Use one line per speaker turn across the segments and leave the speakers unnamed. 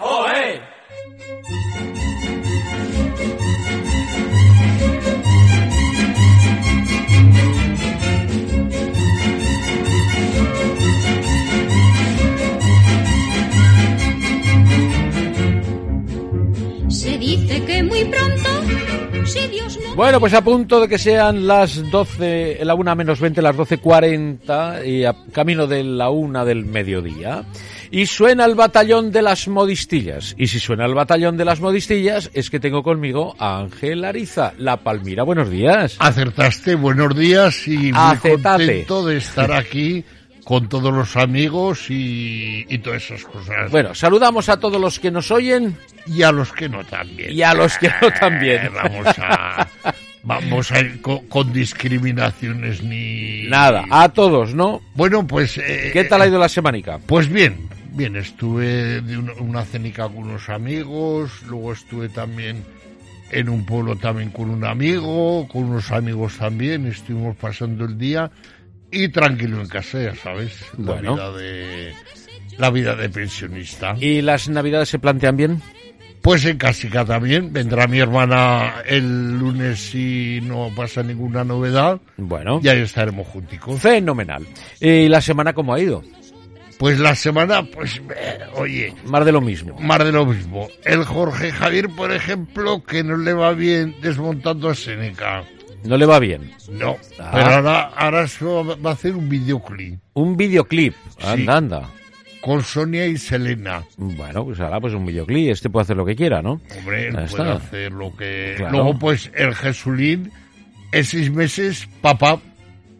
¡Oe!
Se dice que muy pronto, si Dios no.
Bueno, pues a punto de que sean las 12, la 1 menos 20, las 12.40 y a camino de la 1 del mediodía. Y suena el batallón de las modistillas. Y si suena el batallón de las modistillas, es que tengo conmigo a Ángel Ariza, La Palmira. Buenos días.
Acertaste, buenos días y muy
Acetate.
contento de estar aquí con todos los amigos y, y todas esas cosas.
Bueno, saludamos a todos los que nos oyen.
y a los que no también.
Y a los que no también.
Eh, Vamos a, vamos a ir co- con, discriminaciones ni...
Nada, a todos, ¿no?
Bueno, pues... eh,
¿Qué tal ha ido la semánica?
Pues bien, bien, estuve de un- una cenica con unos amigos, luego estuve también en un pueblo también con un amigo, con unos amigos también, estuvimos pasando el día y tranquilo en casa, ya sabes, la
Bueno.
vida de la vida de pensionista.
¿Y las navidades se plantean bien?
Pues en Casica también, vendrá mi hermana el lunes si no pasa ninguna novedad
Bueno,
y ahí estaremos junticos.
fenomenal. ¿Y la semana cómo ha ido?
Pues la semana, pues, eh, oye,
Más de lo mismo.
más de lo mismo. El Jorge Javier, por ejemplo, que no le va bien desmontando a Seneca.
No le va bien.
No,
Ah.
pero ahora, ahora se va va a hacer un videoclip
Un videoclip. Anda,
Sí.
anda.
con Sonia y Selena.
Bueno, pues ahora pues un videoclip. Este puede hacer lo que quiera, ¿no?
Hombre, él
Ahí
puede
está.
hacer lo que...
Claro.
Luego, pues, el Jesulín, en seis meses, papá,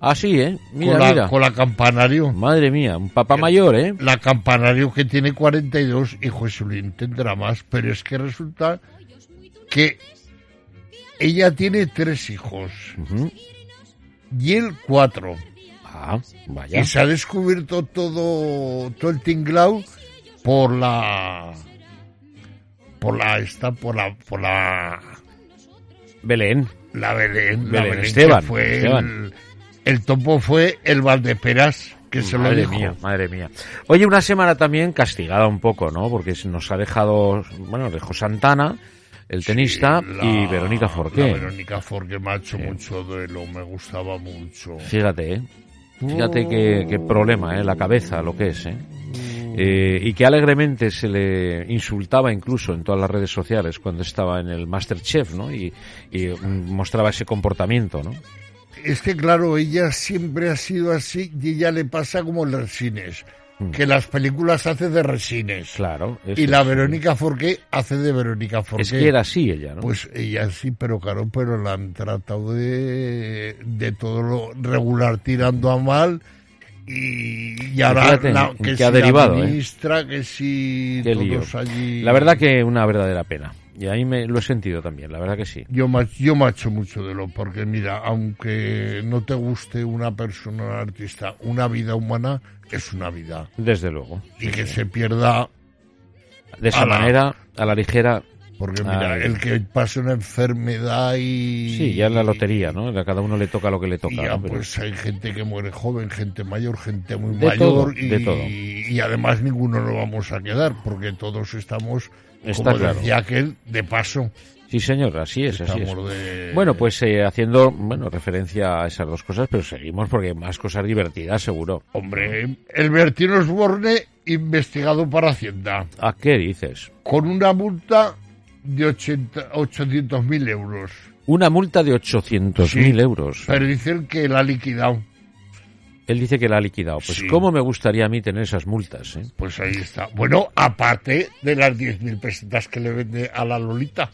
Ah, sí, ¿eh? Mira,
con, la,
mira.
con la campanario.
Madre mía, un papá mayor, ¿eh?
La campanario que tiene 42 y Jesulín tendrá más, pero es que resulta que ella tiene tres hijos
Ujú.
y él cuatro.
Ah, vaya.
Y se ha descubierto todo, todo el tinglao por la. Por la esta, por la. Por la.
Belén.
La Belén. la
Belén
Belén que
Esteban,
fue
Esteban.
El, el topo fue el Valdeperas, que se lo
madre
dijo.
mía, madre mía. Oye, una semana también castigada un poco, ¿no? Porque se nos ha dejado, bueno, dejó Santana, el tenista,
Sí, Eh, la-
y Verónica Forqué.
La Verónica Forqué me ha hecho mucho duelo, me gustaba mucho.
Fíjate, ¿eh? Fíjate qué, qué problema, ¿eh? La cabeza, lo que es, ¿eh? Eh, y que alegremente se le insultaba incluso en todas las redes sociales cuando estaba en el Masterchef, ¿no? Y, y, mm, mostraba ese comportamiento, ¿no?
Es que, claro, ella siempre ha sido así y ella le pasa como los resines, que las películas hace de resines.
Mm. Claro. eso
Y la
es.
Verónica Forqué hace de Verónica Forqué.
Es que era así ella, ¿no?
Pues ella sí, pero claro, pero la han tratado de, de todo lo regular tirando a mal y, y ahora
Fíjate en-
la-
en
que
qué
si
ha derivado,
la
¿eh?
ministra, que si
Qué lío.
todos allí...
La verdad que una verdadera pena. Y ahí me lo he sentido también, la verdad que sí.
Yo me, yo me hecho mucho de lo, porque mira, aunque no te guste una persona, un artista, una vida humana es una vida.
Desde luego.
Y que se pierda,
De esa
A la-
manera, a la ligera,
porque mira,
Ay.
el que pase una enfermedad y...
Ah, sí, ya es la lotería, ¿no? A cada uno le toca lo que le toca.
Y ya,
¿no? Pero-
pues hay gente que muere joven, gente mayor, gente muy
De
mayor
todo,
y,
de todo.
y además ninguno lo vamos a quedar porque todos estamos,
Está
como
claro.
decía aquel, de paso.
Sí, señor, así es, así es.
Estamos de-
Bueno, pues eh, haciendo bueno referencia a esas dos cosas, pero seguimos porque hay más cosas divertidas, seguro.
Hombre, el Bertino Osborne investigado para Hacienda
¿A qué dices?
con una multa de 80 800.000 euros.
Una multa de 800.000
Sí.
euros.
Pero dicen que la ha liquidado.
Él dice que la ha liquidado. Pues
Sí.
cómo me gustaría a mí tener esas multas, ¿eh?
Pues ahí está. Bueno, aparte de las 10.000 pesetas que le vende a la Lolita.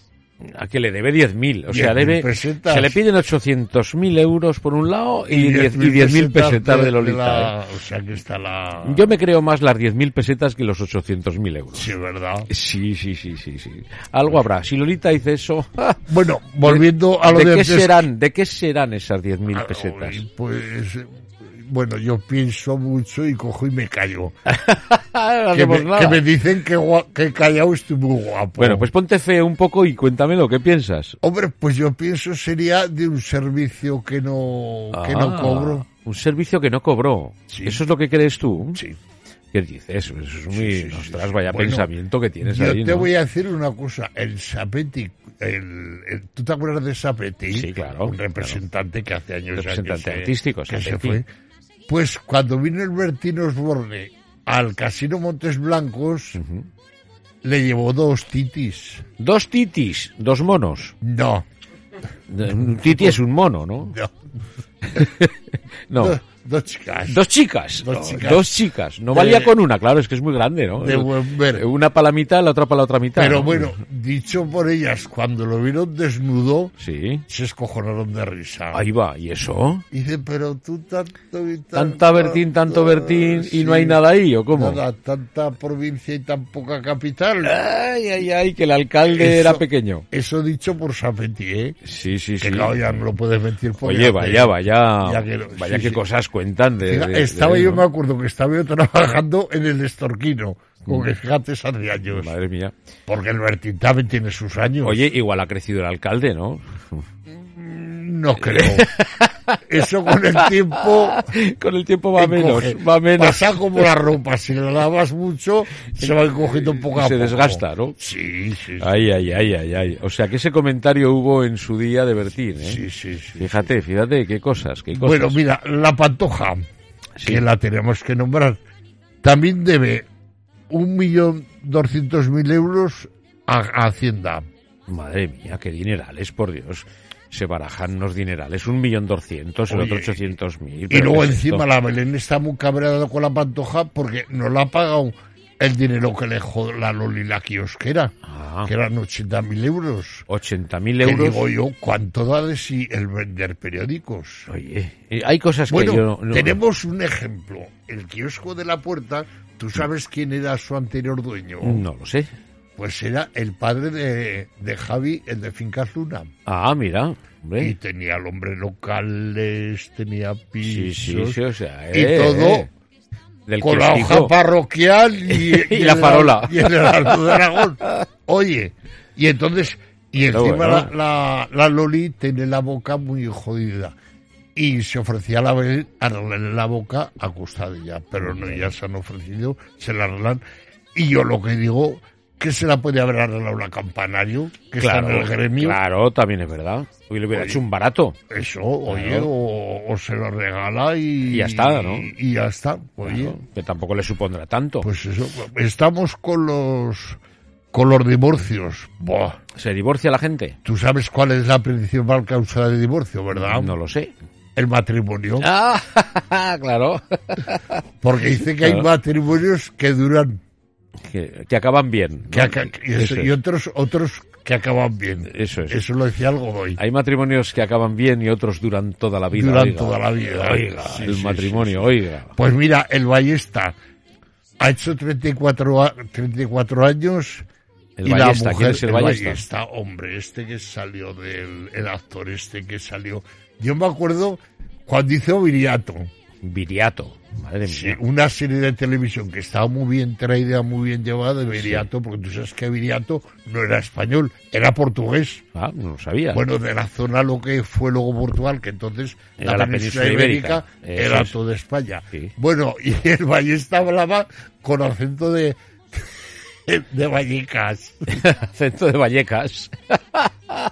A que le debe 10.000. O sea,
10.000
debe...
pesetas.
Se le piden 800.000 euros por un lado y 10.000
10.000
pesetas, de Lolita. ¿eh?
la- O sea que está la.
Yo me creo más las 10.000 pesetas que los 800.000 euros.
Sí, ¿verdad?
Sí, sí, sí, sí, sí. Algo habrá. Si Lolita dice eso...
Bueno, volviendo a lo
¿De
de
qué
antes-
serán? ¿De qué serán esas 10.000
Ah,
pesetas?
uy, Pues. eh, bueno, yo pienso mucho y cojo y me callo.
Ah, no
que,
hacemos
me,
nada.
que me dicen que, gua- que callado estoy muy guapo.
Bueno, pues ponte fe un poco y cuéntame lo que piensas.
Hombre, pues yo pienso sería de un servicio que no, que no
Ah,
cobro.
Un servicio que no cobró.
Sí.
¿Eso es lo que crees tú?
Sí.
¿Qué dices? Eso es muy...
Sí, sí, sí,
ostras,
sí.
vaya
Bueno,
pensamiento que tienes
Yo
ahí,
te
¿no?
voy a decir una cosa. El Sapetti, el, el- ¿tú te acuerdas de Sapetti?
Sí, claro,
Un representante que hace años ya que
Representante
se-
artístico,
que se
Sapetti.
fue. Pues cuando vino el Bertino Osborne al Casino Montes Blancos, le llevó dos titis.
Dos titis, dos monos.
No,
Un titi es un mono, ¿no?
no,
No.
Dos, dos chicas.
Dos chicas.
Dos
No,
chicas.
dos chicas. No
De-
valía con una, claro, es que es muy grande, ¿no?
de buen ver.
Una para la mitad, la otra para la otra mitad.
Pero
¿no?
bueno, dicho por ellas, cuando lo vieron desnudo,
Sí.
se escojonaron de risa.
Ahí va, ¿y eso?
Y Dice, pero tú tanto y tanto,
Tanta Bertín, tanto Bertín, y no hay nada ahí, ¿o cómo?
Nada, tanta provincia y tan poca capital.
Ay, ay, ay, que el alcalde
Eso-
era pequeño.
Eso dicho por Sapetti, ¿eh?
Sí, sí,
Que
sí.
claro, ya no lo puedes mentir. porque
Oye,
ya
vaya,
te-
vaya,
ya que no-
vaya
sí,
qué
sí.
cosas cuentan de...
Fija-
de- de
estaba
él,
yo,
¿no?
me acuerdo que estaba yo trabajando en el Estorquino, con que fíjate, hace años.
Madre mía.
Porque el Bertín también tiene sus años.
Oye, igual ha crecido el alcalde, ¿no?
No creo. Eso con el tiempo...
Con el tiempo va menos,
encoge.
va menos.
Pasa como la ropa, si la lavas mucho, se va encogiendo poco a
Se
poco.
desgasta, Ah, ¿no?
Sí, sí, sí.
Ay, ay, ay, ay, ay. O sea, que ese comentario hubo en su día de Bertín, ¿eh?
sí, sí, sí.
Fíjate, fíjate, qué cosas, qué cosas.
Bueno, mira, la Pantoja,
Sí.
que la tenemos que nombrar, también debe 1.200.000 euros a, a Hacienda.
Madre mía, qué dinerales, por Dios. Se barajan unos dinerales, un millón doscientos, el
Oye,
otro ochocientos mil.
Y luego encima la Belén está muy cabreada con la Pantoja porque no le ha pagado el dinero que le dejó la Loli la kiosquera,
Ah.
que eran 80.000 euros.
Ochenta mil
Que
euros.
digo yo, ¿cuánto da de sí el vender periódicos?
Oye, eh, hay cosas
Bueno,
que yo no- no-
tenemos un ejemplo. El kiosco de la puerta,
Mm.
¿tú sabes quién era su anterior dueño?
no lo sé.
Pues era el padre de, de Javi, el de Fincas Luna.
Ah, mira,
Y
hombre.
tenía el hombre locales, tenía
Sí,
pisos.
sí, sí, o sea,
y
eh,
todo
eh, del
con la
kiosquico.
hoja parroquial y,
Y la
el-
farola.
Y el heraldo de Aragón. Oye, y entonces, y
Pero
encima
bueno.
la, la- la Loli tiene la boca muy jodida. Y se ofrecía a la Belén arreglarle la boca a costa de ella. Pero no, ya se han ofrecido, se la arreglan. Y yo lo que digo, que se la puede haber arreglado la campanario, que está en el gremio.
claro, también es verdad. Hoy le hubiera
Oye.
hecho un barato.
Eso, oye,
Claro.
o, o se lo regala y,
Y ya está, ¿no?
Y, y ya está, oye.
Claro, que tampoco le supondrá tanto.
Pues eso, estamos con los con los divorcios. Buah,
¿Se divorcia la gente?
Tú sabes cuál es la principal causa de divorcio, ¿verdad?
No lo sé.
El matrimonio.
Ah, claro.
Porque dice que hay
Claro.
matrimonios que duran
Que, que acaban bien. ¿no?
que aca- y, eso-
Eso es.
y otros otros que acaban bien.
Eso es.
Eso lo decía algo hoy.
Hay matrimonios que acaban bien y otros duran toda la vida.
Duran
oiga.
toda la vida.
Oiga,
Sí,
el
sí,
matrimonio, oiga.
Pues mira, el Ballesta ha hecho 34, a- 34 años
El
y
Ballesta,
la
¿quién
mujer,
es el Ballesta?
hombre, este que salió del el actor, este que salió. Yo me acuerdo cuando hizo Viriato,
Viriato. Madre mía.
sí, una serie de televisión que estaba muy bien traída, muy bien llevada de Viriato, porque tú sabes que Viriato no era español, era portugués.
Ah, no lo sabía.
Bueno, de la zona lo que fue luego Portugal, que entonces
Era la península ibérica. Eso
era
es.
toda España.
Sí.
Bueno, y el Ballesta hablaba con acento de, de Vallecas.
acento de Vallecas.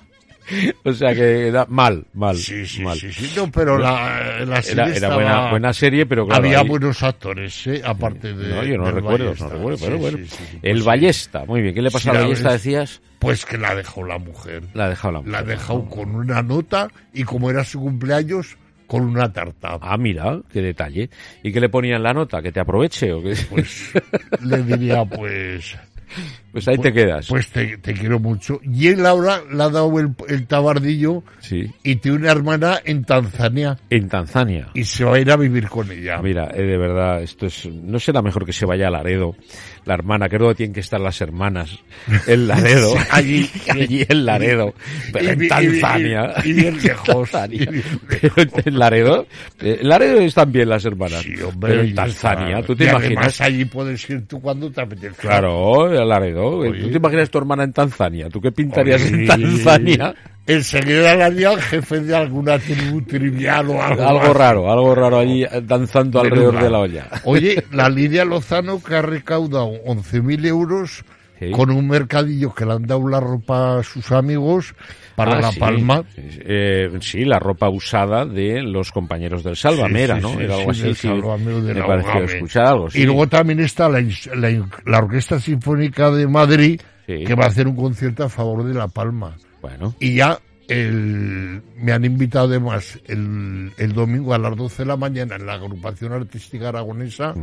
o sea que era mal, mal.
Sí, sí,
mal.
sí, sí. No, pero la, la serie
Era, era
estaba-
buena, buena serie, pero claro.
Había
ahí-
buenos actores, ¿eh? aparte de.
No, yo no
del
recuerdo,
Ballesta.
no recuerdo,
Sí,
pero bueno.
sí, sí, sí.
el
Pues-
Ballesta, muy bien. ¿Qué le pasa
Sí,
al
la
Ballesta,
ves.
decías?
Pues que la dejó la mujer.
La ha dejado la mujer.
La dejó con una nota y como era su cumpleaños, con una tarta.
Ah, mira, qué detalle. ¿Y qué le ponían la nota? ¿Que te aproveche o qué?
Pues le diría, pues.
Pues ahí te quedas.
Pues te, te quiero mucho. Y él ahora le ha dado el, el tabardillo
sí.
y tiene una hermana en Tanzania
En Tanzania. Ah,
y se va a ir a vivir con ella.
Mira, eh, de verdad, esto es. No será mejor que se vaya a Laredo la hermana, que es donde tienen que estar las hermanas, en Laredo, allí, allí en Laredo, pero
Y
en
bi- y bi- y-
Tanzania.
y bien lejos,
Tanzania.
y bien
Pero en Laredo, eh, en Laredo están bien las hermanas,
Sí, hombre,
pero
y
en Tanzania,
está.
¿tú te
Y
imaginas?
Además, allí puedes ir tú cuando te apetezca.
Claro, en Laredo, eh, ¿tú
Oye.
te imaginas tu hermana en Tanzania? ¿Tú qué pintarías en
Oye,
Tanzania?
Enseguida la haría el jefe de alguna tribu trivial o algo.
Algo
más.
raro, algo raro allí eh, danzando alrededor
Menuda.
de la olla.
Oye, la Lidia Lozano que ha recaudado 11.000 euros
Sí.
con un mercadillo que le han dado la ropa a sus amigos para
Ah,
La
sí.
Palma.
Eh, sí, la ropa usada de los compañeros del Salvamera,
Sí, sí,
¿no?
sí,
Era algo
sí,
así.
del
sí.
Salvamero de
me
la
pareció
Ugame.
escuchar algo. sí.
Y luego también está la, ins- la in- la Orquesta Sinfónica de Madrid
Sí.
que va a hacer un concierto a favor de La Palma.
Bueno,
Y ya el- me han invitado además el, el domingo a las 12 de la mañana en la agrupación artística aragonesa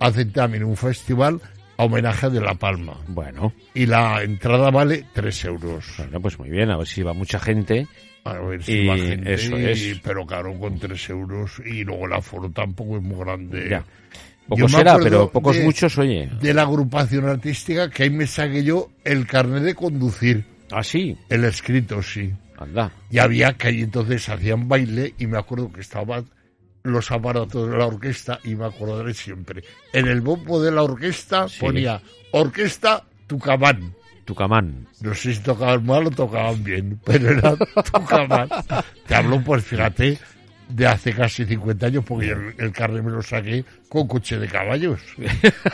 a hacer también un festival a homenaje de La Palma.
bueno,
Y la entrada vale 3 euros.
bueno, pues muy bien, a ver si va mucha gente.
A ver si
Y
va gente,
eso
y-
es.
pero claro, con 3 euros y luego el aforo tampoco es muy grande.
Ya.
Yo
Poco
me
será,
acuerdo
pero pocos
de-
muchos, oye.
De la agrupación artística que ahí me saqué yo el carnet de conducir,
Ah, sí,
el escrito, sí.
anda.
Y había que ahí entonces hacían baile y me acuerdo que estaban los aparatos de la orquesta y me acordaré siempre. En el bombo de la orquesta
Sí.
ponía Orquesta Tucamán.
Tucamán.
No sé si tocaban mal o tocaban bien, pero era tocaban. Te hablo, pues fíjate, de hace casi 50 años, porque yo el, el carnet me lo saqué con coche de caballos.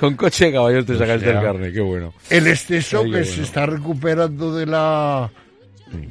Con coche de caballos te sacaste
sea.
el carne, qué bueno.
El exceso
Ay,
que
qué
se
bueno.
está recuperando de la.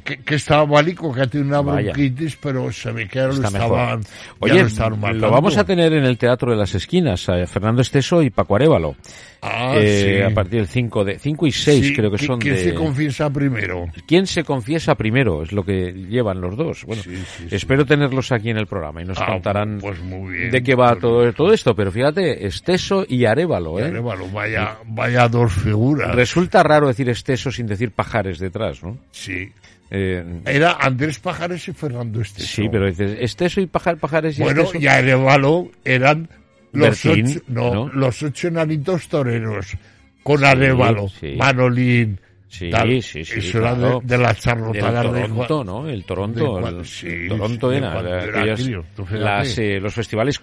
Que, que estaba malico, que ha tenido una
Vaya.
bronquitis, pero se ve que ahora lo
Está mejor.
estaban.
Oye,
ya lo, estaban matando.
lo vamos a tener en el Teatro de las Esquinas, a Fernando Esteso y Paco Arevalo.
Ah,
Eh,
sí.
A partir del 5 de 5 y 6
Sí,
creo que
¿qui-
son
¿Quién
de...
se confiesa primero?
¿Quién se confiesa primero? Es lo que llevan los dos. Bueno,
Sí, sí, sí.
espero tenerlos aquí en el programa y nos
Ah,
contarán
pues muy bien.
de qué va
Pues
todo, todo esto. Pero fíjate, Esteso y Arevalo, ¿eh?
Arévalo, vaya, vaya dos figuras.
Resulta raro decir Esteso sin decir pajares detrás, ¿no?
sí.
Eh,
Era Andrés Pajares y Fernando Esteso.
sí, pero dices Esteso y pajar, pajares y
Bueno,
Esteso.
y Arevalo eran los,
Bertín,
ocho, no,
¿no?
los ocho enanitos toreros. Con Arevalo,
sí.
Manolín.
Sí,
tal.
sí, sí,
Eso era
claro.
de, de las
El
charlotadas de
Toronto,
Juan-
¿no? El
de
Toronto.
Juan-
el-
sí,
el
sí,
Toronto
de
era.
cuando
era
era
aquellas-
crío, tú fíjate.
las, eh, los festivales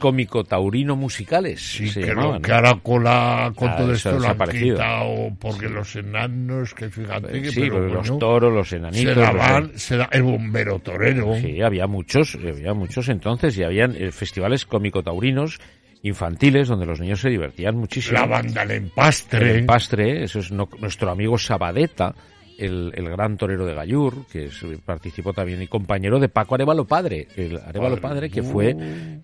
cómico-taurino-musicales.
Sí,
se
que, lo-
llamaban,
que
¿no?
ahora con, la- con
Ah,
todo
eso
esto lo han
desaparecido.
quitado, porque los enanos, que fíjate que
Eh, Sí,
pero
pero los
coño,
toros, los
se
enanitos. los-
daban, se da- el bombero torero.
Sí, había muchos, eh, había muchos entonces y habían eh, festivales cómico-taurinos infantiles donde los niños se divertían muchísimo.
La banda del empastre.
El pastre, eso es no- nuestro amigo Sabadeta, el, el gran torero de Gallur, que es- participó también y compañero de Paco Arevalo Padre, el Arevalo Padre,
Padre,
que
uh.
fue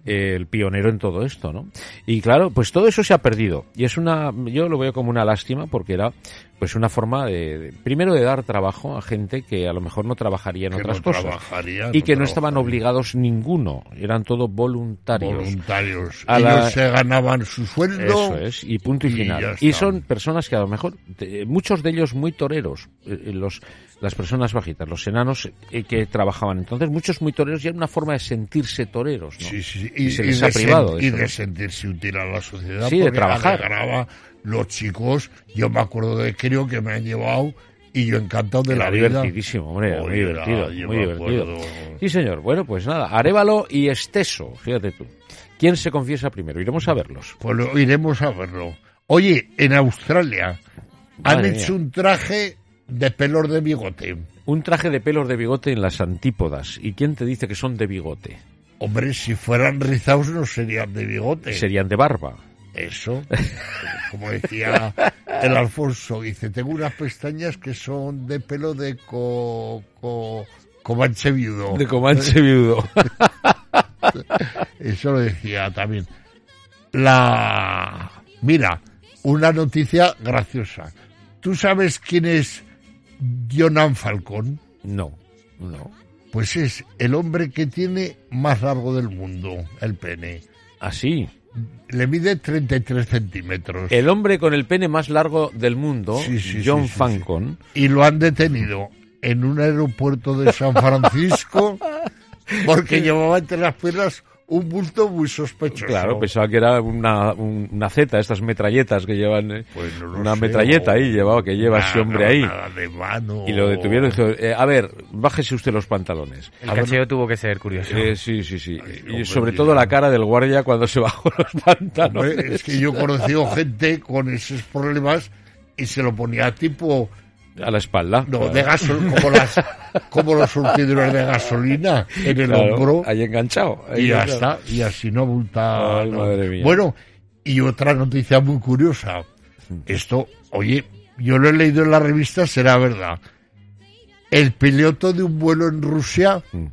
eh, el pionero en todo esto, ¿no? Y claro, pues todo eso se ha perdido. Y es una, yo lo veo como una lástima porque era pues una forma de, de- primero de dar trabajo a gente que a lo mejor no trabajaría en
que
otras
no
cosas
trabajaría,
y que no estaban
trabajaría.
obligados ninguno, eran todos voluntarios.
voluntarios.
A
Ellos
la-
se ganaban su sueldo.
Eso es, y punto y,
Y ya
final.
está.
Y son personas que a lo mejor, te- muchos de ellos muy toreros, eh, los, las personas bajitas, los enanos eh, que trabajaban entonces, muchos muy toreros y era una forma de sentirse toreros, ¿no?
Sí, sí, sí.
Y se les
de
ha privado
sen-
de
y
eso,
de
¿no?
sentirse útil a la sociedad.
Sí, de
porque
trabajar.
alegraba los chicos. Yo me acuerdo de creo que me han llevado y yo encantado de
Era
la vida.
divertidísimo, hombre, era muy
Oye,
divertido,
yo
muy
me
divertido.
acuerdo.
Sí, señor. Bueno, pues nada, Arevalo y Esteso, fíjate tú. ¿Quién se confiesa primero? Iremos a verlos.
Pues lo iremos a verlo. Oye, en Australia han
Madre
hecho
mía.
un traje de pelos de bigote.
Un traje de pelos de bigote en las antípodas. ¿Y quién te dice que son de bigote?
Hombre, si fueran rizados no serían de bigote.
Serían de barba.
Eso, como decía el Alfonso, dice, tengo unas pestañas que son de pelo de co, co- comanche viudo.
De Comanche viudo.
Eso lo decía también. La... Mira, una noticia graciosa. ¿Tú sabes quién es Jonan Falcón?
No, no.
Pues es el hombre que tiene más largo del mundo, el pene.
Así.
Le mide 33 centímetros.
El hombre con el pene más largo del mundo,
Sí, sí,
John
sí, sí,
Fancon,
y lo han detenido en un aeropuerto de San Francisco porque llevaba entre las piernas un bulto muy sospechoso.
Claro, pues, pensaba que era una, un- una Z, estas metralletas que llevan. eh,
Pues no lo
una
sé,
metralleta
o-
ahí llevaba que lleva ese
Nada,
hombre ahí.
nada de mano.
Y lo detuvieron y dijo: eh, A ver, bájese usted los pantalones.
El cacheo tuvo que ser curioso.
Eh, sí, sí, sí.
hombre,
y sobre
tío.
todo la cara del guardia cuando se bajó los pantalones.
Hombre, es que yo he conocido gente con esos problemas y se lo ponía tipo
A la espalda.
no
Claro.
de gasol como las como los surtidores de gasolina en el
Claro,
hombro
Ahí enganchado. ahí
y ya
enganchado.
está y así no abulta
Ay,
no.
madre mía.
bueno y otra noticia muy curiosa
Mm.
esto oye yo lo he leído en la revista será verdad el piloto de un vuelo en Rusia
Mm.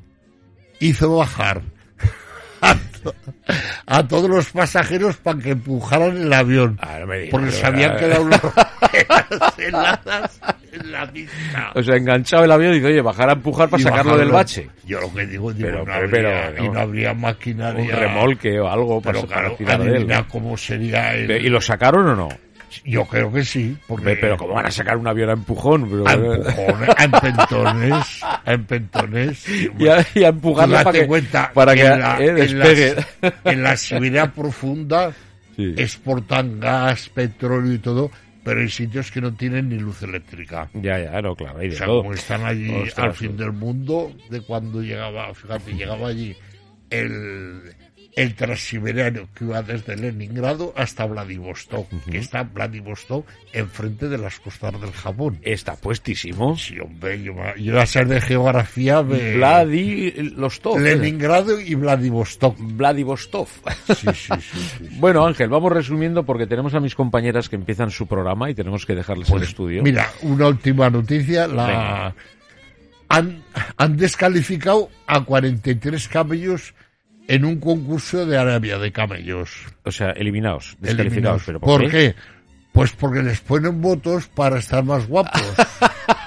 hizo bajar a, to- a todos los pasajeros para que empujaran el avión.
Ah, no me digas.
porque se habían quedado unas heladas en la pista.
O sea, enganchado el avión y dice, oye, bajar a empujar para
Y
sacarlo del
bajarlo.
bache.
Yo lo que digo, digo
Pero,
no
pero,
habría,
pero,
y
no.
no habría maquinaria.
Un remolque o algo para,
Pero claro,
para tirar de él.
adivina cómo sería el-
¿Y lo sacaron o no?
Yo creo que sí. Porque
Hombre, Pero ¿cómo van a sacar un avión a empujón? Pero-
A empujones, a empentones, a empentones.
y, a, y a empujarlo
Tú date
para que,
cuenta
para
que
que,
en la,
eh,
en la-
despegue.
en la Siberia profunda
Sí.
exportan gas, petróleo y todo, pero hay sitios que no tienen ni luz eléctrica.
Ya, ya, no, claro, ahí
O
de
sea,
todo.
como están allí
Ostras,
al fin del mundo, de cuando llegaba, fíjate, llegaba allí el, el transiberiano que iba desde Leningrado hasta Vladivostok, que está Vladivostok enfrente de las costas del Japón.
Está puestísimo.
Sí, hombre, yo, me- yo iba a ser de geografía de
Vladi... eh. Los top.
Leningrado y Vladivostok.
Vladivostok.
Sí, sí, sí, sí.
Bueno, Ángel, vamos resumiendo porque tenemos a mis compañeras que empiezan su programa y tenemos que dejarles el estudio.
Pues, Mira, una última noticia. La... Han, han descalificado a 43 camellos en un concurso de Arabia de camellos.
O sea, eliminados, descalificados.
Eliminados.
¿Pero
¿Por, qué? Pues porque les ponen votos para estar más guapos.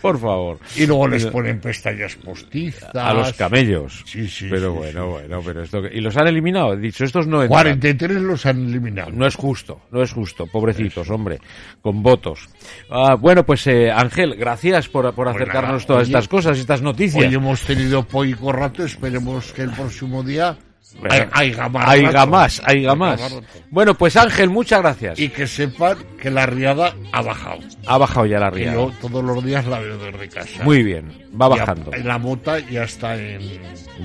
Por favor.
y luego les ponen pestañas postizas.
A los camellos.
Sí, sí,
Pero
sí,
bueno,
sí,
bueno, pero esto... que- Y los han eliminado. He dicho, estos no entran.
43 los han eliminado.
No es justo, no es justo. Pobrecitos, hombre. Con votos. Ah, bueno, pues eh, Ángel, gracias por, por
Pues
acercarnos
nada,
todas
oye.
estas cosas, estas noticias.
Hoy hemos tenido poco rato, esperemos que el próximo día hay-
Bueno,
haiga más.
Haiga
rato.
más, haiga más.
rato.
Bueno, pues Ángel, muchas gracias.
Y que sepan que la riada ha bajado.
Ha bajado ya la
Que
ría.
yo todos los días la veo desde casa.
Muy bien, va
Ya-
bajando.
en la mota ya está en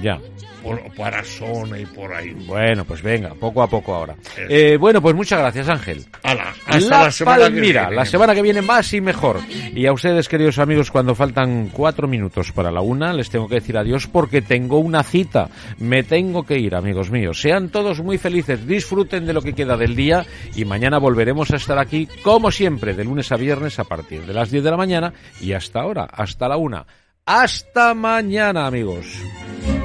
Ya.
por, Parazona y por ahí.
Bueno, pues venga, poco a poco ahora. Eh, bueno, pues muchas gracias, Ángel.
Ala, hasta
la,
la, semana que
Palmira,
viene.
la semana que viene más y mejor. Y a ustedes, queridos amigos, cuando faltan cuatro minutos para la una, les tengo que decir adiós porque tengo una cita. Me tengo que ir, amigos míos. Sean todos muy felices, disfruten de lo que queda del día y mañana volveremos a estar aquí, como siempre, de lunes a viernes a partir de las 10 de la mañana y hasta ahora, hasta la una. Hasta mañana, amigos.